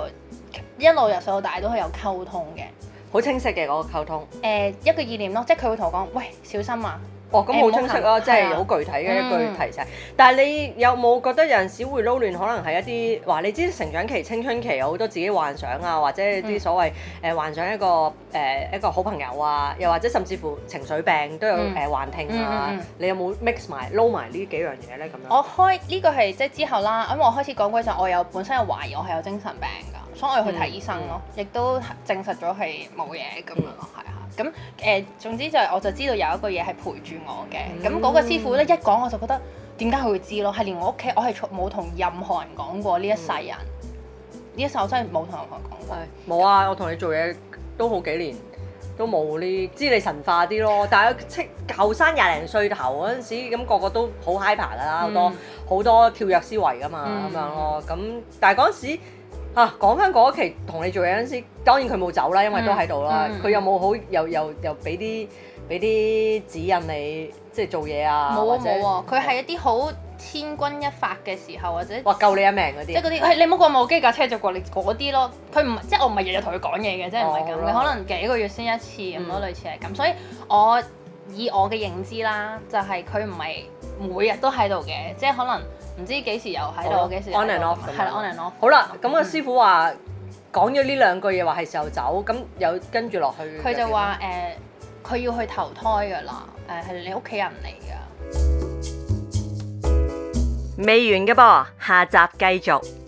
[SPEAKER 2] 一路由細到大都係有溝通嘅。
[SPEAKER 1] 好清晰嘅嗰個溝通。
[SPEAKER 2] 誒、一個意念咯，即係佢會同我講：喂，小心啊！
[SPEAKER 1] 哦，咁
[SPEAKER 2] 誒
[SPEAKER 1] 好清晰
[SPEAKER 2] 冇
[SPEAKER 1] 咯，
[SPEAKER 2] 行
[SPEAKER 1] 即係
[SPEAKER 2] 係啊
[SPEAKER 1] 好具體嘅一
[SPEAKER 2] 嗯
[SPEAKER 1] 句提醒。但係你有冇覺得有陣時會撈亂？可能係一啲話你知成長期、青春期有好多自己幻想啊，或者啲
[SPEAKER 2] 嗯
[SPEAKER 1] 所謂誒幻想一個誒一個好朋友啊，又或者甚至乎情緒病都有
[SPEAKER 2] 嗯
[SPEAKER 1] 誒幻聽
[SPEAKER 2] 嗯嗯
[SPEAKER 1] 啊
[SPEAKER 2] 嗯。
[SPEAKER 1] 你有冇 mix 埋撈埋呢幾樣嘢咧？咁樣
[SPEAKER 2] 我開呢、個係即係之後啦，因為我開始講嗰陣，我有本身有懷疑我係有精神病㗎，所以我要去
[SPEAKER 1] 嗯
[SPEAKER 2] 睇醫生咯，亦、都證實咗係冇嘢咁樣咯，
[SPEAKER 1] 嗯
[SPEAKER 2] 係啊。咁誒、總之就係我就知道有一個嘢係陪住我嘅。
[SPEAKER 1] 嗯
[SPEAKER 2] 咁嗰、個師傅咧一講我就覺得點解佢會知咯？係連我屋企我係從冇同任何人講過呢一世人，呢、
[SPEAKER 1] 嗯
[SPEAKER 2] 一世我真係冇同任何人講過。
[SPEAKER 1] 冇啊！我同你做嘢都好幾年，都冇呢知你神化啲咯。但係即後生廿零歲頭嗰陣時，咁個個都好 hyper 噶啦，好多
[SPEAKER 2] 嗯
[SPEAKER 1] 好多跳躍思維噶嘛，咁、
[SPEAKER 2] 嗯
[SPEAKER 1] 樣咯。咁但係嗰陣時啊，講翻嗰期同你做嘢嗰陣時，當然佢冇走啦，因為都喺度啦
[SPEAKER 2] 嗯。嗯
[SPEAKER 1] 佢、有冇好又又又俾啲俾啲指引你，即係做嘢啊？
[SPEAKER 2] 冇
[SPEAKER 1] 或
[SPEAKER 2] 啊
[SPEAKER 1] 者
[SPEAKER 2] 冇啊！佢係一啲好千鈞一髮嘅時候，或者
[SPEAKER 1] 話救你一命嗰
[SPEAKER 2] 即
[SPEAKER 1] 啲。
[SPEAKER 2] 係
[SPEAKER 1] 啊
[SPEAKER 2] 嗰啲，喂哎你唔好過我機架車就過你嗰啲咯。佢唔係即係我唔係日日同佢講嘢嘅，即係唔係咁
[SPEAKER 1] 哦
[SPEAKER 2] 嘅，可能幾個月先一次咁咯，
[SPEAKER 1] 嗯
[SPEAKER 2] 類似係咁。所以我以我嘅認知啦，就係佢唔係每日都喺度嘅，即係可能唔知幾時又喺
[SPEAKER 1] 好咯
[SPEAKER 2] 度，幾時又
[SPEAKER 1] on and
[SPEAKER 2] 喺度
[SPEAKER 1] off 咁樣
[SPEAKER 2] 係啦，on and off。
[SPEAKER 1] 好啦，咁個
[SPEAKER 2] 嗯
[SPEAKER 1] 師傅話講咗呢兩句嘢，話係時候走，咁有跟住落去嘅
[SPEAKER 2] 佢就
[SPEAKER 1] 點
[SPEAKER 2] 話誒，呃佢要去投胎㗎啦，誒係你屋企人嚟㗎。
[SPEAKER 1] 未完嘅噃，下集繼續。